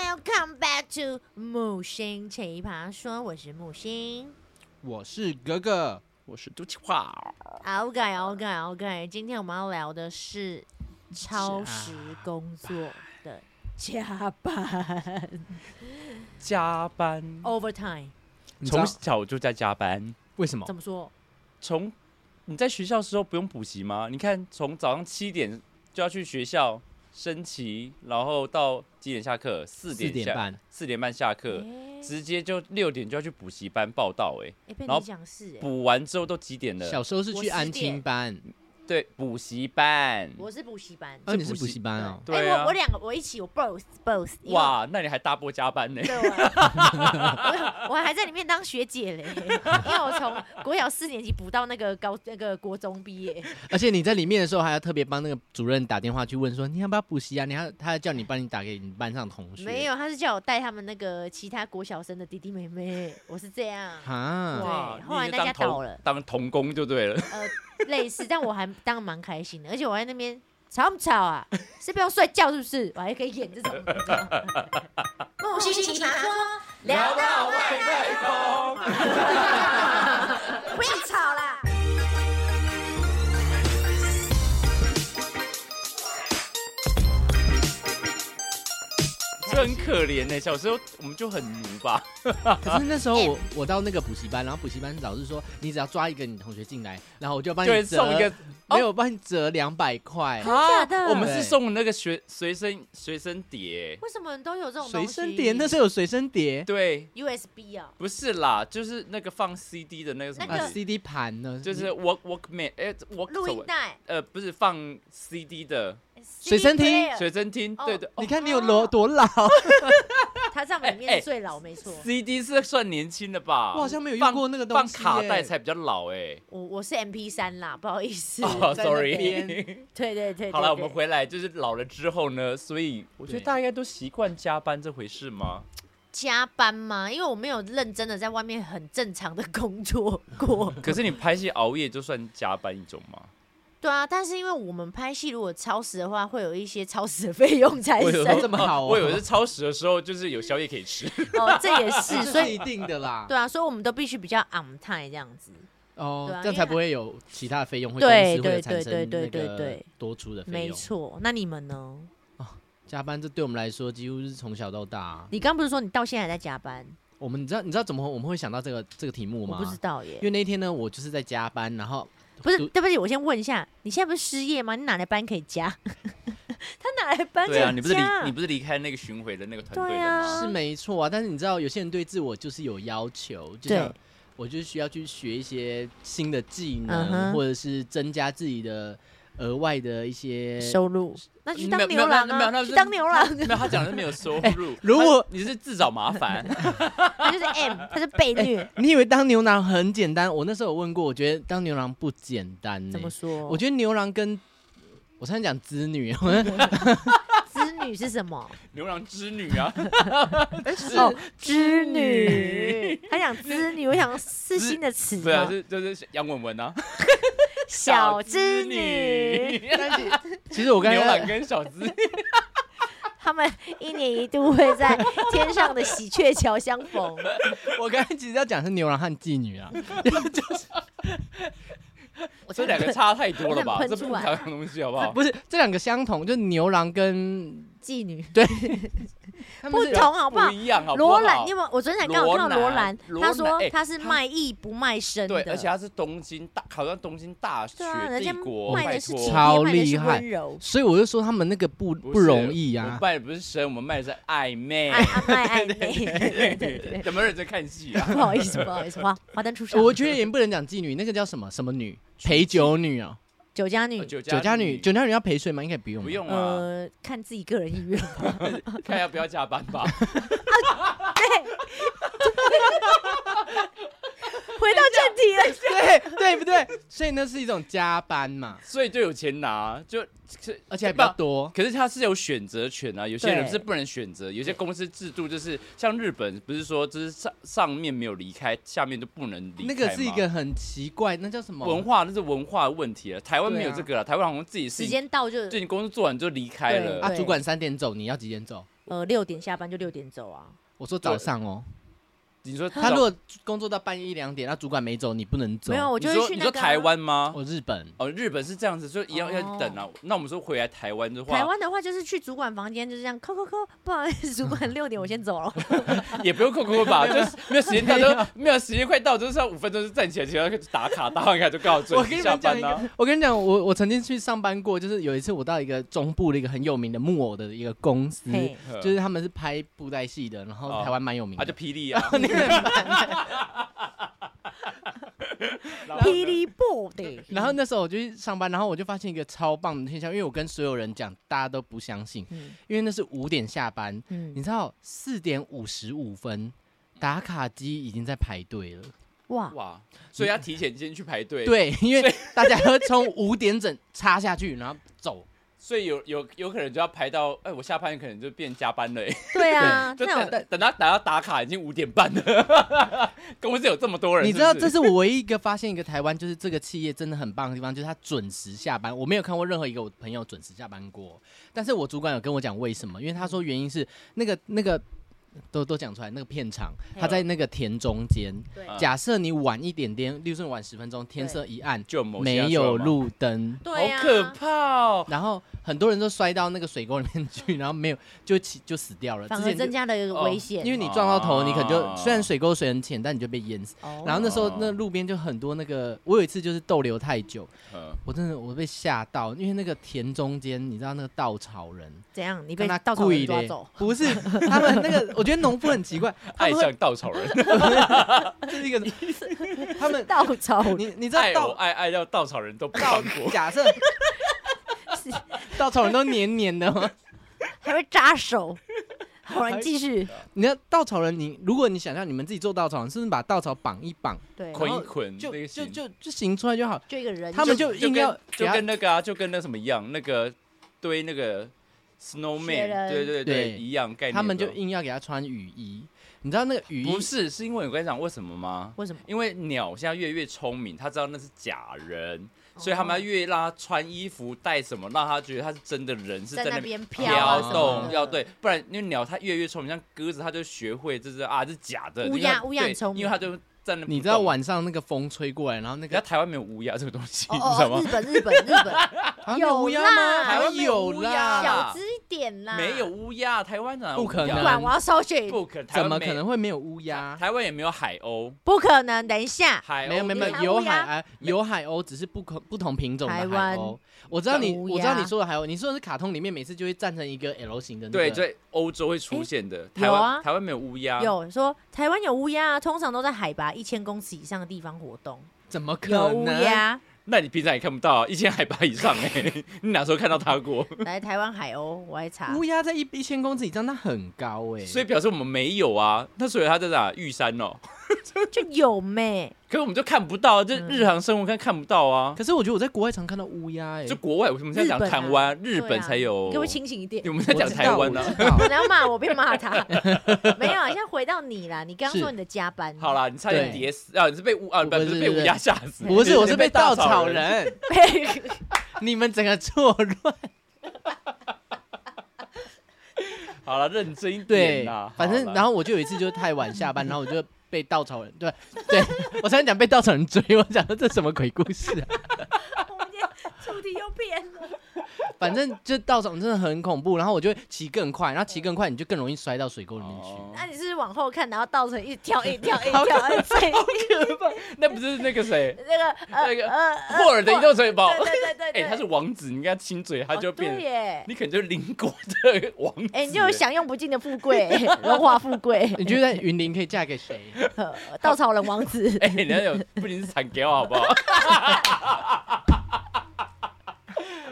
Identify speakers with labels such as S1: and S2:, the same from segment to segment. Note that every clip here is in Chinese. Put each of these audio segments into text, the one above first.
S1: Welcome back to 木星奇葩说，我是木星。
S2: 我是格格，
S3: 我是杜奇华，
S1: OK OK OK，今天我们要聊的是超时工作的加 班
S3: 加班，
S1: 哦 overtime，
S2: 你知道
S3: 从小就在加班。
S2: 为什么
S1: 怎？么说？
S3: 从你在学校的时候不用补习吗？你看，从早上七点就要去学校升旗，然后到几点下课？四
S2: 四
S3: 点
S2: 点
S3: 下，
S2: 半，
S3: 四点半下
S1: 哎
S3: 课，直接就六点就要去补习班报道、欸。
S1: 哎，被
S3: 然
S1: 你
S3: 后
S1: 讲是哎，
S3: 补完之后都几点
S2: 小
S3: 了？
S2: 时候是
S1: 我
S2: 去
S1: 10
S2: 安亲
S1: 点
S2: 班，
S3: 对，补习班。
S1: 我是补习班。
S2: 啊，你是
S3: 补
S2: 补
S3: 习
S2: 习班哦，
S1: 哎，
S3: 对啊
S1: 我我，两个我一起，我 both both。
S3: 哇，那你还大波加班呢、
S1: 对，我我我还在里面当学姐嘞， 因为我从国小四年级补到那个高那个国中毕业，
S2: 而且你在里面的时候还要特别帮那个主任打电话去问说你要不要补习啊？你还他还叫你帮你打给你班上同学，
S1: 没有，他是叫我带他们那个其他国小生的弟弟妹妹，我是这样，
S2: 啊？
S3: 哇
S1: 对，
S3: 你
S1: 后来
S3: 就
S1: 那
S3: 当
S1: 家
S3: 童
S1: 倒了
S3: 当童工就对了。
S1: 呃，类似，但我还当得蛮开心的，而且我在那边吵不吵啊？是不用睡觉是不是？我还可以演这种，你知道吗木星奇葩说聊到外
S3: 太 空。
S1: 不要吵啦！
S3: 这很可怜呢、小时候我们就很奴吧，
S2: 可是那时候
S3: 哎
S2: 我我到那个补习班，然后补习班老师说你只要抓一个你同学进来，然后我就帮
S3: 对，
S2: 你
S3: 送
S2: 折
S3: 一
S2: 哎
S3: 个，哦
S2: 没有我帮你折两百块。
S1: 假的
S3: 我们是
S2: 对
S3: 送那个学随身随身碟、
S1: 为什么都有这种
S2: 随身碟那是有随身碟
S3: 对，
S1: USB 啊？
S3: 不是啦，就是那个放 CD 的那个什么，
S1: 那
S2: 啊
S1: 个
S2: ，CD 盘呢？
S3: 就是哦 Walk Walkman，哎、w a l k
S1: 录音带、
S3: 呃，不是放 CD 的
S1: CD
S2: 随身听
S1: player
S3: 随身听，
S1: 哦
S3: 对的、哦
S2: 你看你有多多 老，
S1: 他在我们里面
S3: 哎
S1: 是
S3: 哎
S1: 最老，没错。
S3: CD 是算年轻的吧？
S2: 我好像没有
S3: 放
S2: 用过那个东
S3: 放
S2: 西耶。
S3: 卡带才比较老哎、
S1: 我我是 MP 三啦，不好意思。
S3: 哦、
S2: 在
S3: s
S2: 那
S3: o r r y
S2: 边
S1: 对对对，
S3: 好了，
S1: 对
S3: 我们。
S1: 对
S3: 回来就是老了之后呢，所以我觉得
S2: 对
S3: 大家都习惯加班这回 事吗？
S1: 加班吗？因为我没有认真的在外面很正常的 工作过。
S3: 可是你拍戏熬夜就算加班一种吗？
S1: 对啊，但是因为我们拍戏如果超时的话，会有一些超时的 费用产
S3: 我以
S1: 生
S3: 为。
S2: 这么
S1: 啊
S2: 好哦
S3: 我以为是超时的时候就是有宵夜可 以吃。
S1: 哦，这也
S2: 这
S1: 是，
S2: 是
S1: 所
S2: 一
S1: 以
S2: 定的啦。
S1: 对啊，所以我们都必须比较 on time 这样子。
S2: 哦
S1: 对啊，
S2: 这样
S1: 因为
S2: 才
S1: 它
S2: 不会有其他的费用会
S1: 对
S2: 公司
S1: 对
S2: 会产生
S1: 对对
S2: 那
S1: 对
S2: 个
S1: 对
S2: 多出的费
S1: 没
S2: 用。
S1: 错，那你们呢？
S2: 加班这对我们来说几乎是从小到大啊。
S1: 你刚不是说你到现在还在加班？
S2: 我们你知道你知道怎么我们会想到这个这个题目
S1: 我
S2: 吗？
S1: 不知道
S2: 因
S1: 耶。
S2: 为那天呢，我就是在加班，然后
S1: 不是，
S2: 读
S1: 对不起，我先问一下，你现在不是失业吗？你哪来班可以加？ 他哪来班可以
S3: 对
S1: 加？
S3: 啊，你不是离你不是离开那个巡回的那个团队了
S1: 对啊
S3: 吗？
S2: 是没错啊。但是你知道，有些人对自我就是有要求，就
S1: 对
S2: 像我就是需要去学一些新的技
S1: 嗯
S2: 能，
S1: 哼
S2: 或者是增加自己的额外的一些
S1: 收入，那去当
S3: 呃啊没有
S1: 牛郎
S3: 没有没有那
S1: 啊，哎
S3: 是
S1: 去当牛郎，
S3: 没有，他讲的是没有收 入。
S2: 如果
S3: 他你是自找麻烦，
S1: 他就是 M，他是被 虐。
S2: 你以为当牛郎很简单？我那时候有问过，我觉得当牛郎不简单、呢。
S1: 怎么
S3: 哦
S1: 说？
S2: 我觉得牛郎跟我常常讲子女，
S1: 织女是什么？
S3: 牛郎织女啊，
S1: 哦，织女。他 讲织女，我想 是新的词
S3: 对啊，
S1: 吗？
S3: 就就是杨文文啊，
S1: 小织女，，
S2: 其实我刚
S3: 牛
S2: 才
S3: 郎跟小织女，
S1: 他们一年一度会在天上的喜鹊桥相 逢。
S2: 我刚才其实要讲是牛郎和妓女啊，
S1: 我
S3: 这两个差太多了吧？
S1: 我想喷
S3: 这不
S1: 出
S3: 同
S1: 来
S3: 样的东西好不好？
S2: 不是这两个相同，就是牛郎跟
S1: 妓女
S2: 他
S1: 不
S2: 们是
S1: 同好不好
S3: 不？一样，好不
S1: 罗
S3: 好？
S1: 兰，你有没有？我昨天才刚好看到罗
S3: 罗
S1: 兰
S3: 兰，
S1: 他
S3: 罗
S1: 说
S3: 兰哎
S1: 他是
S3: 他
S1: 卖艺不卖身
S3: 对
S1: 的，，
S3: 而且他是东京大，好像东京大学
S1: 对啊，人
S3: 帝
S1: 家
S3: 国，
S1: 卖
S3: 拜
S1: 的是体
S3: 托
S1: 贴，
S2: 超
S1: 卖的是
S2: 厉害
S1: 温柔。
S2: 所以我就说他们那个不
S3: 不
S2: 不
S3: 是
S2: 容易
S3: 我
S2: 啊
S3: 们。卖的不是神，我们卖的是 暧昧。
S1: 爱爱卖爱内，
S3: 有没有人在看戏啊？
S1: 不好意思，不好意思，花花灯初上，
S2: 我觉得也不能讲妓女，那个叫什么什么女陪酒女啊，
S1: 酒家女，
S3: 呃酒
S2: 酒家女，酒家女要陪睡吗？应该不用吧，
S3: 不用啊，
S1: 呃，看自己个人意愿。
S3: 看要不要加班吧。
S1: 回到正题了，
S2: 对对不对？所以那是一种加班嘛，
S3: 所以就有钱拿，就
S2: 而且还比较。多。
S3: 可是他是有选择权啊，有些人
S1: 对
S3: 是不能选择，有些公司制度就是像日本，不是说就是上上面没有离开，下面就不能离开吗
S2: 那个是一个很奇怪，那叫什么
S3: 文化，那是文化问题了。台湾
S2: 对啊
S3: 没有这个了，台湾好像自己
S1: 时
S3: 是
S1: 间到就
S3: 就你工作做完就离开
S1: 对
S3: 了
S2: 啊？
S1: 对
S2: 主管三点走，你要几点走？
S1: 呃六点下班就六点走啊。
S2: 我说早上哦，
S3: 你说
S2: 他
S3: 早
S2: 如果工作到半夜一两点，那主管没走，你不能走。
S1: 没有，我
S3: 你
S1: 就会
S3: 说
S1: 去
S3: 你
S1: 那
S3: 说
S1: 个啊
S3: 台。湾吗？
S2: 我日本
S3: 哦，日本是这样子，就一样要
S1: 哦
S3: 等啊。那我们说回来台湾的
S1: 台
S3: 话，
S1: 湾的话就是去主管房间，就是这样扣扣扣，不好意思，主管六点我先走了。
S3: 也不用扣扣 吧，就是没有时间到就没有时间快到，就是要五分钟就站起来，然后开始打卡，打完卡就告诉
S2: 我跟你们
S3: 下班
S2: 讲一
S3: 啦。
S2: 我跟你讲，我我曾经去上班过，就是有一次我到一个中部的一个很有名的木偶的一个公司，
S1: 嘿，
S2: 就是是他们是拍布袋戏的，然后
S3: 哦
S2: 台湾蛮有名
S3: 啊，
S2: 的。
S3: 就霹雳 啊， 然后
S1: 霹雳 b 的，
S2: 然后那时候我就去上班，然后我就发现一个超棒的现象，因为我跟所有人讲，大家都不相信，
S1: 嗯
S2: 因为那是五点下班，
S1: 嗯，
S2: 你知道四点五十五分打卡机已经在排队了。
S1: 哇，
S3: 哇，所以要提前先去排队。，
S2: 对，因为大家都从五点整插下去，然后走。
S3: 所以有有有可能就要排到，哎、我下班可能就变加班了、欸，
S1: 对啊，
S3: 就
S1: 那
S3: 等
S1: 种
S3: 等到打到打卡已经五点半了， 公司有这么多人
S2: 你知道，这
S3: 是
S2: 是我唯一一个发现一个台湾就是这个企业真的很棒的地方，就是它准时下班。我没有看过任何一个我朋友准时下班过，但是我主管有跟我讲为什么，因为他说原因是那个那个都都讲出来，那个片场
S1: 嘿
S2: 它在那个田中间。
S1: 对
S3: 啊
S2: 假设你晚一点点，例如说你晚十分钟，天色一暗，
S3: 就某些
S2: 没
S3: 人
S2: 有
S3: 说嘛，
S2: 路灯，
S1: 对啊，
S3: 好可怕哦！
S2: 然后很多人都摔到那个水沟里面去，然后没有就起就死掉了。之
S1: 反而
S2: 前就
S1: 增加了危险。
S2: 因为你撞到头，你可能就
S3: 啊
S2: 虽然水沟水很浅，但你就被淹死。
S1: 哦
S2: 然后那时候那路边就很多那个，我有一次就是逗留太久，
S3: 嗯
S2: 我真的我被吓到，因为那个田中间，你知道那个稻草人，
S1: 怎样？你
S2: 你
S1: 被
S2: 他
S1: 稻草
S2: 跪
S1: 人抓
S2: 嘞
S1: 走？
S2: 不是他们那个，我觉得农夫很奇怪，他
S3: 爱
S2: 们会
S3: 上稻草人，
S2: 这是一个，他们
S1: 稻草人
S2: 你你知道
S3: 爱我
S2: 稻
S3: 爱爱到稻草人都不放
S2: 稻
S3: 过，
S2: 假设稻草人都黏黏的吗？
S1: 还会扎手。好了，你继续。
S2: 你知道稻草人，你如果你想象你们自己做稻草人，是不是把稻草绑一绑，
S1: 对，
S3: 捆 一
S2: 然后
S3: 捆
S2: 就
S3: 那个
S2: 就
S3: 形，
S2: 就就行出来就好？
S1: 就一个人，
S2: 他们就
S3: 就
S2: 硬要
S3: 跟就
S2: 给他
S3: 跟那个啊，就跟那什么一样，那个堆那个 snowman，
S1: 人
S3: 对对
S2: 对
S3: 一样概念的。
S2: 他们就硬要给他穿雨衣，你知道那个雨衣
S3: 不是，是因为我跟你讲为什么吗？
S1: 为什么？
S3: 因为鸟现在越来越聪明，它知道那是假人，所以
S1: 哦
S3: 他们要越让它穿衣服、戴什么，让它觉得它是真的人，是
S1: 在那
S3: 那
S1: 边飘啊
S3: 飘
S1: 什么
S3: 动，
S1: 的
S3: 要对，不然因为鸟它越来越聪明，像鸽子它就学会这是啊这是假的。
S1: 乌
S3: 因为它
S1: 鸦乌鸦很
S3: 对
S1: 聪明
S3: 因为它就在那。
S2: 你知道，晚上那个风吹过来，然后那
S3: 人家
S2: 个
S3: 台湾没有乌鸦这个东西，
S1: 哦
S3: 你知道
S1: 哦，
S3: 吗
S1: 日？本日本日 本，
S2: 啊那乌鸦吗？
S1: 有啦
S2: 台湾有
S3: 台湾没有乌鸦
S2: 啦，
S1: 小只一点啦。
S3: 没有，乌鸦，台湾哪有
S2: 不可
S3: 乌鸦
S1: 不
S2: 能
S1: 管我要搜寻，
S3: 不可，台
S2: 怎
S3: 湾
S2: 么
S3: 没
S2: 可能会没有乌鸦？
S3: 台湾也没有海鸥，
S1: 不可能。等一下，
S3: 海
S2: 没有
S3: 鸥
S2: 没有
S1: 你看
S2: 没有有
S1: 乌鸦
S2: 海鸥有海鸥，只是不可不同品种的海
S1: 台湾
S2: 鸥。我知道你
S1: 的乌鸦
S2: 我知道你说的海鸥，你说的是卡通里面每次就会站成一个 L 型的那
S3: 对，
S2: 个，
S3: 在欧洲会出现的。台
S1: 有
S3: 湾、
S1: 啊
S3: 台湾没有乌鸦，
S1: 有说台湾有乌鸦啊，通常都在海拔一千公尺以上的地方活动，
S2: 怎么可
S1: 有
S2: 能？
S1: 乌 鸦。
S3: 那你平常也看不到、啊，一千海拔以上哎、 你哪时候看到它过？
S1: 来台湾海鸥，我还查
S2: 乌鸦在一一千公尺以上，那很高哎、
S3: 所以表示我们没有啊。那所以它在哪？玉山哦，
S1: 就有咩？
S3: 可是我们就看不到啊，这
S1: 嗯
S3: 日常生活看看不到啊。
S2: 可是我觉得我在国外常看到乌鸦哎，
S3: 就国外，我们现在讲
S1: 日本啊
S3: 台湾、日
S1: 对
S3: 本
S1: 啊
S3: 才有
S1: 你，给我清醒一点。
S3: 我们在讲台湾呢、
S2: 我
S3: 啊。
S2: 知道。我知道
S1: 你要骂我，别骂他。没有，啊现在回到你啦。你刚刚
S2: 是
S1: 说你的加班，
S3: 好，啦，你差点
S2: 对
S3: 跌死啊！你是被乌啊，不
S2: 不是
S3: 是被
S2: 不
S3: 乌
S2: 是
S3: 鸦吓死，
S2: 不
S3: 你
S2: 是，我是被稻草
S3: 草。
S2: 人， 你们整个错乱。
S3: 好了，认真一点
S2: 对
S3: 啦。，
S2: 反正然
S3: 后
S2: 后我就有一次就是太晚下班，然后 我就被稻草人， 对对，我才讲被稻草人追，我讲说这什么鬼故事啊？
S1: 我们今天主题又变了。
S2: 反正就稻草人真的很恐怖，然后我就会骑更快，然后骑更快你就更容易摔到水沟里面去。
S3: 哦
S1: 那啊你是不是往后看，然后倒成一跳一 跳一跳
S2: 好可
S1: 一跳，
S3: 那不是那个谁，
S1: 那个呃
S3: 那个
S1: 呃呃
S3: 霍尔的移动城堡
S1: 对对对对
S3: 哎、
S1: 对，
S3: 他是王子，你跟他亲嘴，他
S1: 哦
S3: 就变
S1: 对耶，
S3: 你可能就是邻国的王子。
S1: 哎，你就有享用不尽的富贵，荣华富 贵，
S2: 你觉得在云林可以嫁给 谁？
S1: 呃稻草人王子，
S3: 哎、人家有不仅是惨给我好不 好？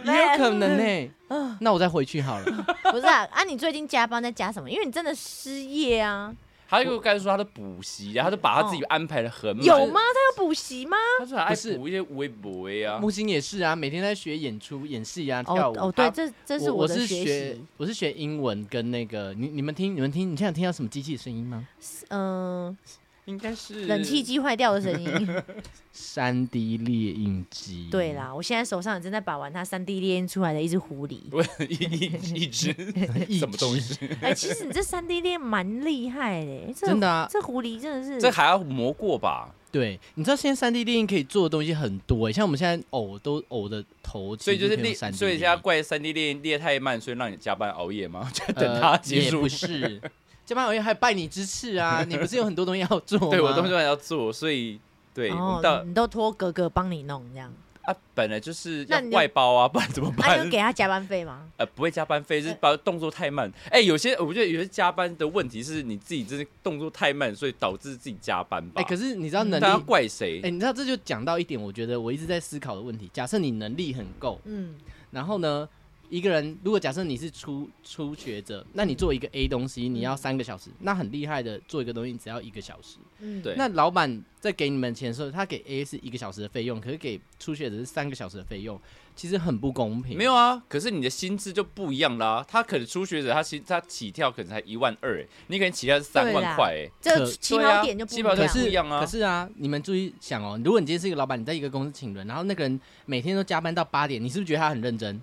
S2: 也有可能呢、 啊那我再回去好了。
S1: 不是啊？啊，你最近加班在加什么？因为你真的失业啊，
S3: 他就刚才说他的补习啊，他就把他自己安排的很满。
S1: 有吗？？他有补习吗？
S3: 他说爱
S2: 不是
S3: 补一些微博啊。
S2: 木星也是啊，每天在学演出、演戏啊、
S1: 哦
S2: 跳舞。
S1: 哦，
S2: 他
S1: 对，这这是
S2: 我
S1: 的
S2: 是
S1: 学
S2: 学
S1: 习，
S2: 我是学英文跟那个你你们听你们听，你现在有听到什么机器的声音吗？
S1: 嗯，
S3: 应该是
S1: 冷气机坏掉的声音。
S2: 三 D 猎印机。
S1: 对，啦，我现在手上也正在把玩它三 D 猎印出来的一只狐 狸。
S3: 不是一一一 只
S2: 一
S3: 什么东西？
S1: 哎、其实你这三 D 猎蛮厉害的，这
S2: 真的啊
S1: 这狐狸真的是
S3: 这还要磨过吧？
S2: 对，你知道现在三 D 猎印可以做的东西很多、欸，像我们现在偶都偶的头，
S3: 所以就是 列，
S2: 三 D，
S3: 所以现在怪三 D 列列太慢，所以让你加班熬夜吗？就等
S2: 呃
S3: 它结
S2: 也
S3: 束
S2: 不。是，这帮友还拜你之赐啊！ 你不是有很多东西要做吗？
S3: 对我东西还要做，所以对，我们
S1: 哦
S3: 到，
S1: 你都托哥哥帮你弄这样，
S3: 啊本来就是
S1: 那
S3: 要
S1: 你就
S3: 外包啊，不然 怎么
S1: 啊，
S3: 办
S1: 你有？给他加班费吗？
S3: 呃，不会加班费，是把动作太慢。哎、有些我觉得有些加班的问题是你自己真的动作太慢，所以导致自己加班吧。
S2: 哎、可是你知道能
S3: 嗯大家
S2: 力，
S3: 怪谁
S2: 哎、？你知道这就讲到一点，我觉得我一直在思考的问题。假设你能力很够，
S1: 嗯，
S2: 然后呢，一个人如果假设你是初初学者，那你做一个 A 东西，你要三个小时，那很厉害的做一个东西只要一个小时。
S1: 嗯
S3: 对
S2: 那老板在给你们钱的时候，他给 A 是一个小时的费用，可是给初学者是三个小时的费用，其实很不公平。
S3: 没有啊，可是你的心智就不一样啦。他可能初学者，他心他起跳可能才一万二，你可能起跳是三
S1: 对啦
S3: 万块，哎，
S1: 这
S2: 可
S1: 起
S3: 对啊
S1: 跑点就不一
S3: 起跑
S1: 样
S3: 点
S1: 了。
S2: 可
S3: 不
S2: 是
S3: 一样啊
S2: 可是啊，你们注意想哦，如果你今天是一个老板，你在一个公司请人，然后那个人每天都加班到八点，你是不是觉得他很认真？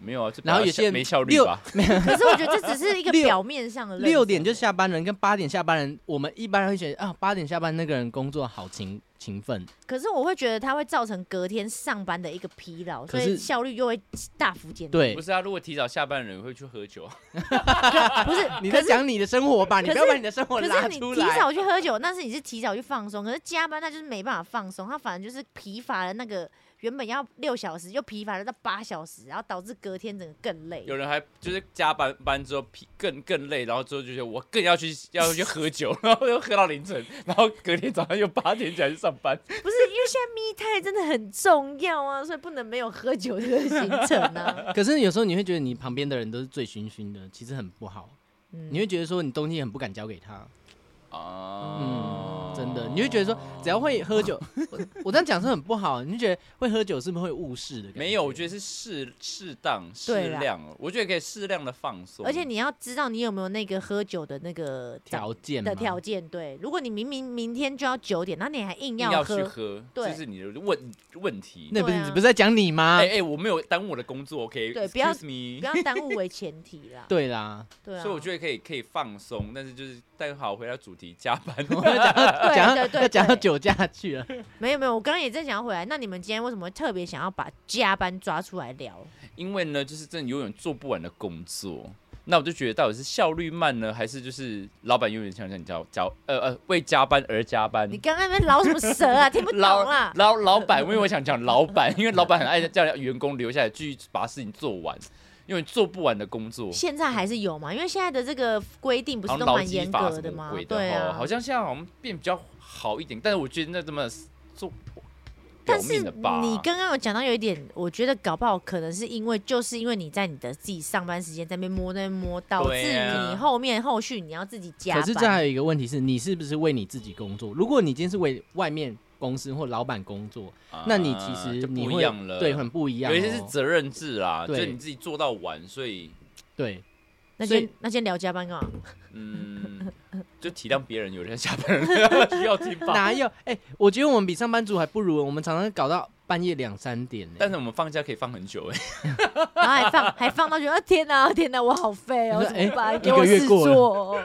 S3: 没有啊。这
S2: 然后
S3: 表
S2: 有些人
S3: 没效率
S2: 六
S3: 吧？
S1: 可是我觉得这只是一个
S2: 六
S1: 表面上的认识
S2: 六点就下班人跟八点下班人，我们一般人会觉得啊，八点下班那个人工作好勤勤奋，
S1: 可是我会觉得它会造成隔天上班的一个疲劳，所
S2: 可
S1: 以
S2: 是
S1: 效率又会大幅减低。
S2: 对
S3: 不。是啊，如果提早下班的人会去喝酒，
S1: 不是，
S2: 你
S1: 可
S2: 在
S1: 是
S2: 讲你的生活吧，
S1: 可
S2: 你
S1: 是
S2: 不要把你的生活
S1: 可
S2: 拉
S1: 是你
S2: 出
S1: 提
S2: 来。
S1: 早去喝酒，那是你是提早去放松，可是加班那就是没办法放松，他反而就是疲乏了那个原本要六小时，又疲乏了到八小时，然后导致隔天整个更累。
S3: 有人还就是加班班之后疲更更累，然后之后就觉得我更要去要去喝酒，然后又喝到凌晨，然后隔天早上又八点起来去上班。
S1: 不是因为现在密态真的很重要啊，所以不能没有喝酒这个行程 啊。
S2: 可是有时候你会觉得你旁边的人都是醉醺醺的，其实很不好。
S1: 嗯
S2: 你会觉得说你东西很不敢交给他，
S1: 嗯
S3: 啊、
S2: 真的，你会觉得说只要会喝 酒，我我这样讲是很不好，你就觉得会喝酒是不是会误事的？
S3: 没有，我觉得是适适当适
S1: 对啦
S3: 量，我觉得可以适量的放松。
S1: 而且你要知道你有没有那个喝酒的那个
S2: 条件
S1: 的
S2: 嘛
S1: 条件，对。如果你明明明天就要九点，那你还硬
S3: 硬
S1: 要
S3: 去
S1: 喝，
S3: 喝，
S1: 对
S3: 这是你的问问题。
S2: 那不是、
S1: 对啊
S2: 你不是在讲你吗？
S3: 哎哎、我没有耽误我的工作，OK？
S1: 对不要
S3: Excuse
S1: 不
S3: me。
S1: 要耽误为前提 啦。
S2: 对啦，
S1: 对啊，
S3: 所以我觉得可以可以放松，但是就是但好回到主题，加班。
S2: 我们讲到
S1: 对啊
S2: 讲
S1: 对
S2: 到
S1: 对
S2: 要讲到
S1: 对
S2: 酒驾去 了。
S1: 没有没有，我刚刚也正想要回来。那你们今天为什么特别想要把加班抓出来聊？
S3: 因为呢，就是真的永远做不完的工作。那我就觉得到底是效率慢呢，还是就是老板永远想让你加加呃呃为加班而加班
S1: 你？刚刚那边老什么蛇啊？听不懂
S3: 老
S1: 啦。
S3: 老老板，因为我想讲老板， 因为老板很爱叫员工留下来继续把事情做完，因为做不完的工作，
S1: 现在还是有嘛？因为现在的这个规定不
S3: 好
S1: 是
S3: 像
S1: 都
S3: 劳
S1: 蛮
S3: 基
S1: 严
S3: 法
S1: 格
S3: 什么
S1: 吗
S3: 鬼？的
S1: 对
S3: 哦，
S1: 啊，
S3: 好像现在好像变比较好一点，但是我觉得那这么做表
S1: 但是
S3: 面的吧，
S1: 你刚刚有讲到有一点，我觉得搞不好可能是因为，就是因为你在你的自己上班时间在那边摸那边摸，导致
S3: 对啊
S1: 你后面后续你要自己加
S2: 可
S1: 班。
S2: 是这还有一个问题是，你是不是为你自己工作？如果你今天是为外面公司或老板工作，
S3: 啊
S2: 那你其实
S3: 就
S2: 你
S3: 不
S2: 会
S3: 一样了，
S2: 对，很不一样哦、
S3: 有一些是责任制啦，就
S2: 对
S3: 是你自己做到完，所以
S2: 对，
S1: 那
S2: 所以
S1: 先那先聊加班干嘛？
S3: 嗯，就体谅别人，有人下班人需要听吧。
S2: 哪有？哎、我觉得我们比上班族还不如，我们常常搞到半夜两三点呢、
S3: 但是我们放假可以放很久哎、
S1: 然后还放还放到觉得啊天哪、天哪、我好废哦，
S2: 你说
S1: 怎么办？
S2: 哎
S1: 给我
S2: 一个月
S1: 事
S2: 过了
S1: 做 哦，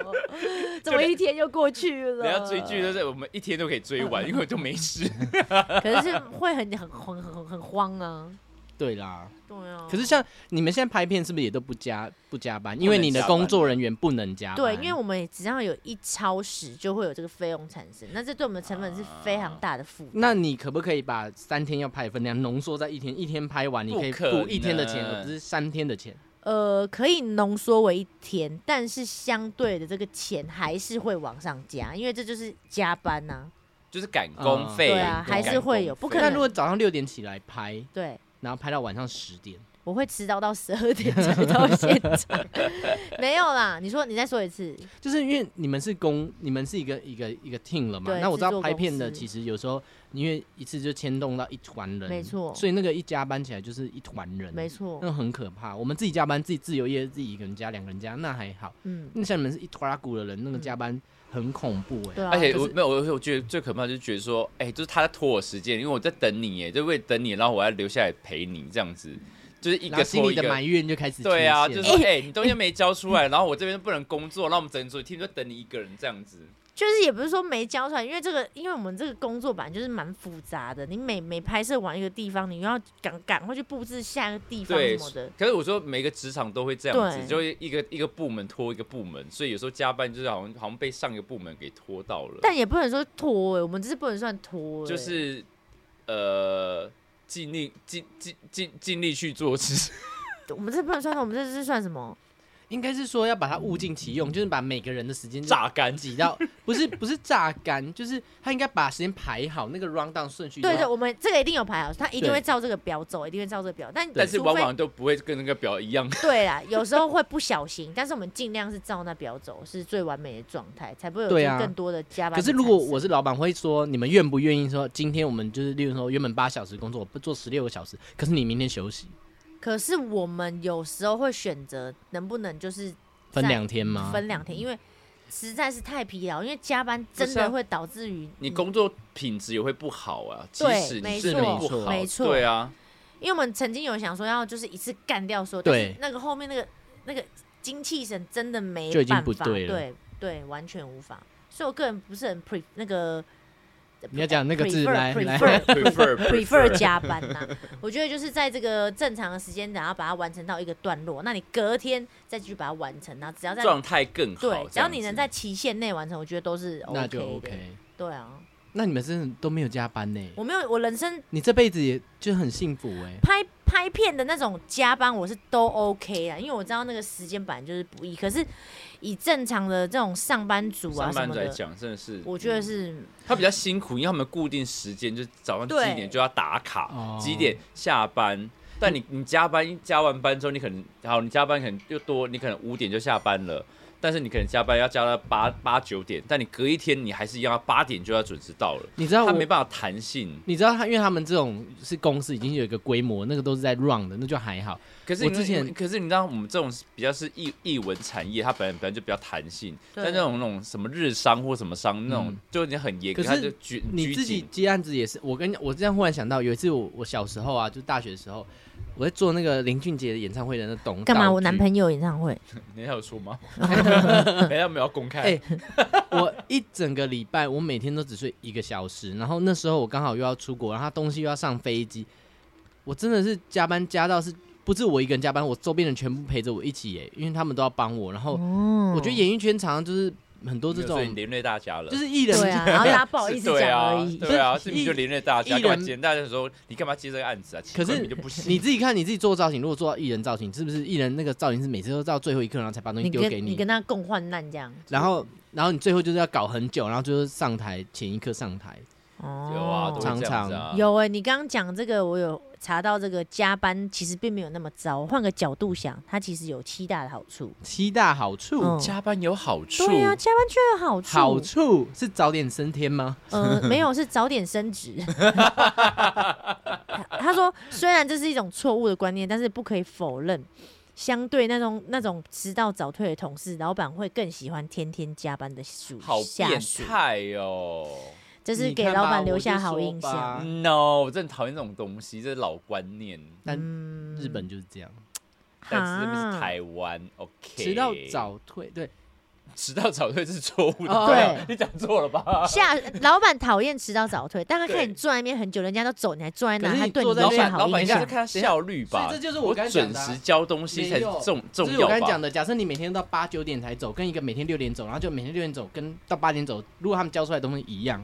S1: 怎么一天就过去了？
S3: 人家追剧都是我们一天都可以追完，因为就没事。
S1: 可是会很很很很很慌啊。
S2: 对啦，
S1: 对啊。
S2: 可是像你们现在拍片是不是也都不加不加班？因为
S3: 不能
S2: 你的
S3: 加班
S2: 工作人员不能加班。
S1: 对，因为我们只要有一超时，就会有这个费用产生，那这对我们的成本是非
S3: 啊
S1: 常大的负担。
S2: 那你可不可以把三天要拍的分量浓缩在一天？一天拍完，你可以
S3: 不可能
S2: 付一天的钱，而不是三天的钱。
S1: 呃，可以浓缩为一天，但是相对的这个钱还是会往上加，因为这就是加班呐、
S3: 就是赶工费、
S1: 对啊
S3: 赶工费
S1: 还是会有不可
S2: 那
S1: 能
S2: 如果早上六点起来拍，
S1: 对，
S2: 然后拍到晚上十点，
S1: 我会迟到到十二点才到现场。 没有啦，你说你再说一次，
S2: 就是因为你们是公，你们是一个一个一个 team 了嘛。
S1: 对
S2: 那我
S1: 制
S2: 知道
S1: 作
S2: 拍片的
S1: 公司
S2: 其实有时候因为一次就牵动到一团人，
S1: 没错
S2: 所以那个一加班起来就是一团人，
S1: 没，错，
S2: 那很可怕。我们自己加班，自己自由业，自己一个人加两个人加那还好，
S1: 嗯，
S2: 那像你们是一拖拉鼓的人，那个加班很恐怖哎、
S1: 对啊，
S3: 而且
S2: 就
S3: 我
S2: 是
S3: 没有，我我觉得最可怕就是觉得说，哎、就是他在拖我时间，因为我在等你，哎，就为了等你，然后我要留下来陪你这样子，就是一
S2: 然后
S3: 个
S2: 心
S3: 拖
S2: 里
S3: 一
S2: 的埋
S3: 个。
S2: 怨就开始
S3: 对啊，
S2: 出
S3: 就
S2: 现
S3: 是
S2: 了
S3: 说，哎、你东西没交出来，然后我这边不能工作，那我们整组 team 就等你一个人这样子。
S1: 就是也不是说没交出来，因为这个，因为我们这个工作本来就是蛮复杂的，你每每拍摄完一个地方，你又要赶赶快去布置下一个地方什
S3: 对
S1: 么的，
S3: 可是我说每个职场都会这样子
S1: 对，
S3: 就会一个一个部门拖一个部门，所以有时候加班就是好像好像被上一个部门给拖到了。
S1: 但也不能说拖、欸，我们这是不能算拖、欸，
S3: 就是呃，尽力尽尽尽尽力去做事。
S1: 我们这不能算拖，我们这是算什么？
S2: 应该是说要把它物尽其
S3: 嗯
S2: 用，就是把每个人的时间
S3: 榨 干
S2: 挤到，不是不是榨干，就是他应该把时间排好，那个 round down 顺序。
S1: 对对，，我们这个一定有排好，他一定
S2: 对
S1: 会照这个表走，一定会照这个表，但
S3: 但是
S1: 除
S3: 往
S1: 非
S3: 往都不会跟那个表一样。
S1: 对啦，有时候会不小心，但是我们尽量是照那表走，是最完美的状态，才不会有
S2: 对啊
S1: 更多的加班
S2: 可
S1: 的产
S2: 是
S1: 生。
S2: 如果我是老板，我会说你们愿不愿意说，今天我们就是，例如说原本八小时工作，我不做十六个小时，可是你明天休息，
S1: 可是我们有时候会选择能不能就是
S2: 分
S1: 在
S2: 两天
S3: 嗯
S2: 吗？
S1: 分两天，因为实在是太疲劳，因为加班真
S3: 不是啊
S1: 的会导致于
S3: 你，工作品质也会不好啊，即
S1: 对
S3: 使
S1: 没
S3: 你是
S2: 错
S3: 不好，
S1: 没错
S3: 对啊，
S1: 因为我们曾经有想说要就是一次干掉所有，但
S2: 对
S1: 是那个后面那个那个精气神真的没
S2: 就已经
S1: 办
S2: 不
S1: 法，
S2: 对了
S1: 对对，完全无法。所以我个人不是很 pre 那个，
S2: 你要讲那个字
S1: prefer-
S2: 来来
S1: prefer-
S3: prefer
S1: prefer 加班呐、我觉得就是在这个正常的时间，然后把它完成到一个段落，那你隔天再继续把它完成，啊然后只要在
S3: 状态更好。
S1: 对，只
S3: 这
S1: 要
S3: 样
S1: 你能
S3: 子
S1: 在期限内完成，我觉得都是
S3: 嗯
S1: OK 的。
S2: 那就 OK。
S1: 对啊，
S2: 那你们真的都没有加班呢？
S1: 我没有，我人生
S2: 你这辈子也就很幸福哎。
S1: 拍拍片的那种加班，我是都 OK 啊，因为我知道那个时间本来就是不易。可是以正常的这种上班族啊
S3: 上
S1: 什
S3: 班
S1: 么
S3: 族来
S1: 的，
S3: 讲，真的是
S1: 我觉得
S3: 嗯
S1: 是
S3: 他比较辛苦，因为他们固定时间就是早上
S1: 对
S3: 几点就要打
S2: 哦
S3: 卡，几点下班。但你你加班加完班之后，你可能好，你加班可能又多，你可能五点就下班了，但是你可能加班要加到八八九点，但你隔一天你还是一样八点就要准时到了，
S2: 你知道
S3: 他
S2: 我
S3: 没办法弹性。
S2: 你知道他，因为他们这种是公司已经有一个规模，那个都是在 run 的，那就还好。
S3: 可是
S2: 我
S3: 你
S2: 之前
S3: 可是你知道我们这种比较是艺艺文产业，它本来本来就比较弹性，
S1: 对
S3: 但那种那种什么日商或什么商那种
S2: 嗯，
S3: 就你很严格，
S2: 可
S3: 它
S2: 是
S3: 就拘
S2: 你自己接案子也是，我跟你我这样忽然想到，有一次我我小时候啊，就大学的时候，我在做那个林俊杰的演唱会的那懂
S1: 干嘛？我男朋友演唱会，
S3: 你还有 说吗？ 没有没有要公开。
S2: 哎我一整个礼拜，我每天都只睡一个小时，然后那时候我刚好又要出国，然后他东西又要上飞机，我真的是加班加到是不是我一个人加班，我周边人全部陪着我一起耶，因为他们都要帮我，然后
S1: 哦
S2: 我觉得演艺圈常常就是很多这
S3: 所以你
S2: 种，
S3: 连累大家了，
S2: 就是艺人
S1: 对啊，然后大家不好意
S3: 是
S1: 思
S3: 对
S1: 讲
S3: 啊
S1: 而已。
S3: 对啊，
S2: 不是
S3: 是你就
S2: 艺
S3: 连累大家，
S2: 艺
S3: 干嘛
S2: 人
S3: 接大家就说你干嘛接这个案子啊？
S2: 可是
S3: 你就不行，
S2: 你自己看，你自己做造型，如果做到艺人造型，是不是艺人那个造型是每次都到最后一刻，然后才把东西
S1: 你
S2: 丢
S1: 跟
S2: 给
S1: 你跟他共患难这样，
S2: 然后然后你最后就是要搞很久，然后就是上台前一刻上台，
S1: 哦，
S3: 有啊，都会这样子啊，
S1: 有哎、你刚刚讲这个，我有查到这个加班其实并没有那么糟。换个角度想，它其实有七大的好处。
S2: 七大好处，
S1: 嗯
S3: 加班有好处，
S1: 对啊，加班居然有好处。
S2: 好处是早点升天吗？
S1: 呃，没有，是早点升职。 他他说，虽然这是一种错误的观念，但是不可以否认，相对那种那种迟到早退的同事，老板会更喜欢天天加班的属
S3: 好
S1: 下
S3: 变
S1: 属，
S3: 态哦。
S1: 这是
S2: 你
S1: 给
S2: 看吧
S1: 老板留
S2: 我就
S1: 下好
S2: 说
S1: 印象。
S2: 吧
S3: No，我真的讨厌这种东西，这是老观念。
S2: 但
S1: 嗯
S2: 日本就是这样，
S3: 但是那边
S1: 哈
S3: 是台湾，OK，
S2: 迟到，早退，对，
S3: 迟到早退是错误 的，
S2: 哦
S1: 对
S3: 你讲错了吧？
S1: 下老板讨厌迟到早退，但他
S3: 对
S1: 看你坐在那边很久，人家都走，你还坐在那，
S2: 可是
S1: 他
S2: 你
S1: 对
S2: 坐
S1: 你
S2: 在
S1: 留
S2: 那
S3: 老
S1: 下
S3: 板
S1: 好
S3: 老板
S1: 印
S3: 应该
S1: 象
S3: 是。看效率吧，
S2: 所以这就是我
S3: 我
S2: 刚才讲
S3: 准
S2: 的啊
S3: 时交东西才
S2: 没有
S3: 重
S2: 就
S3: 重
S2: 是
S3: 要
S2: 我
S3: 吧。
S2: 刚才讲的，啊假设你每天到八九点才走，跟一个每天六点走，然后就每天六点走跟到八点走，如果他们交出来的东西一样，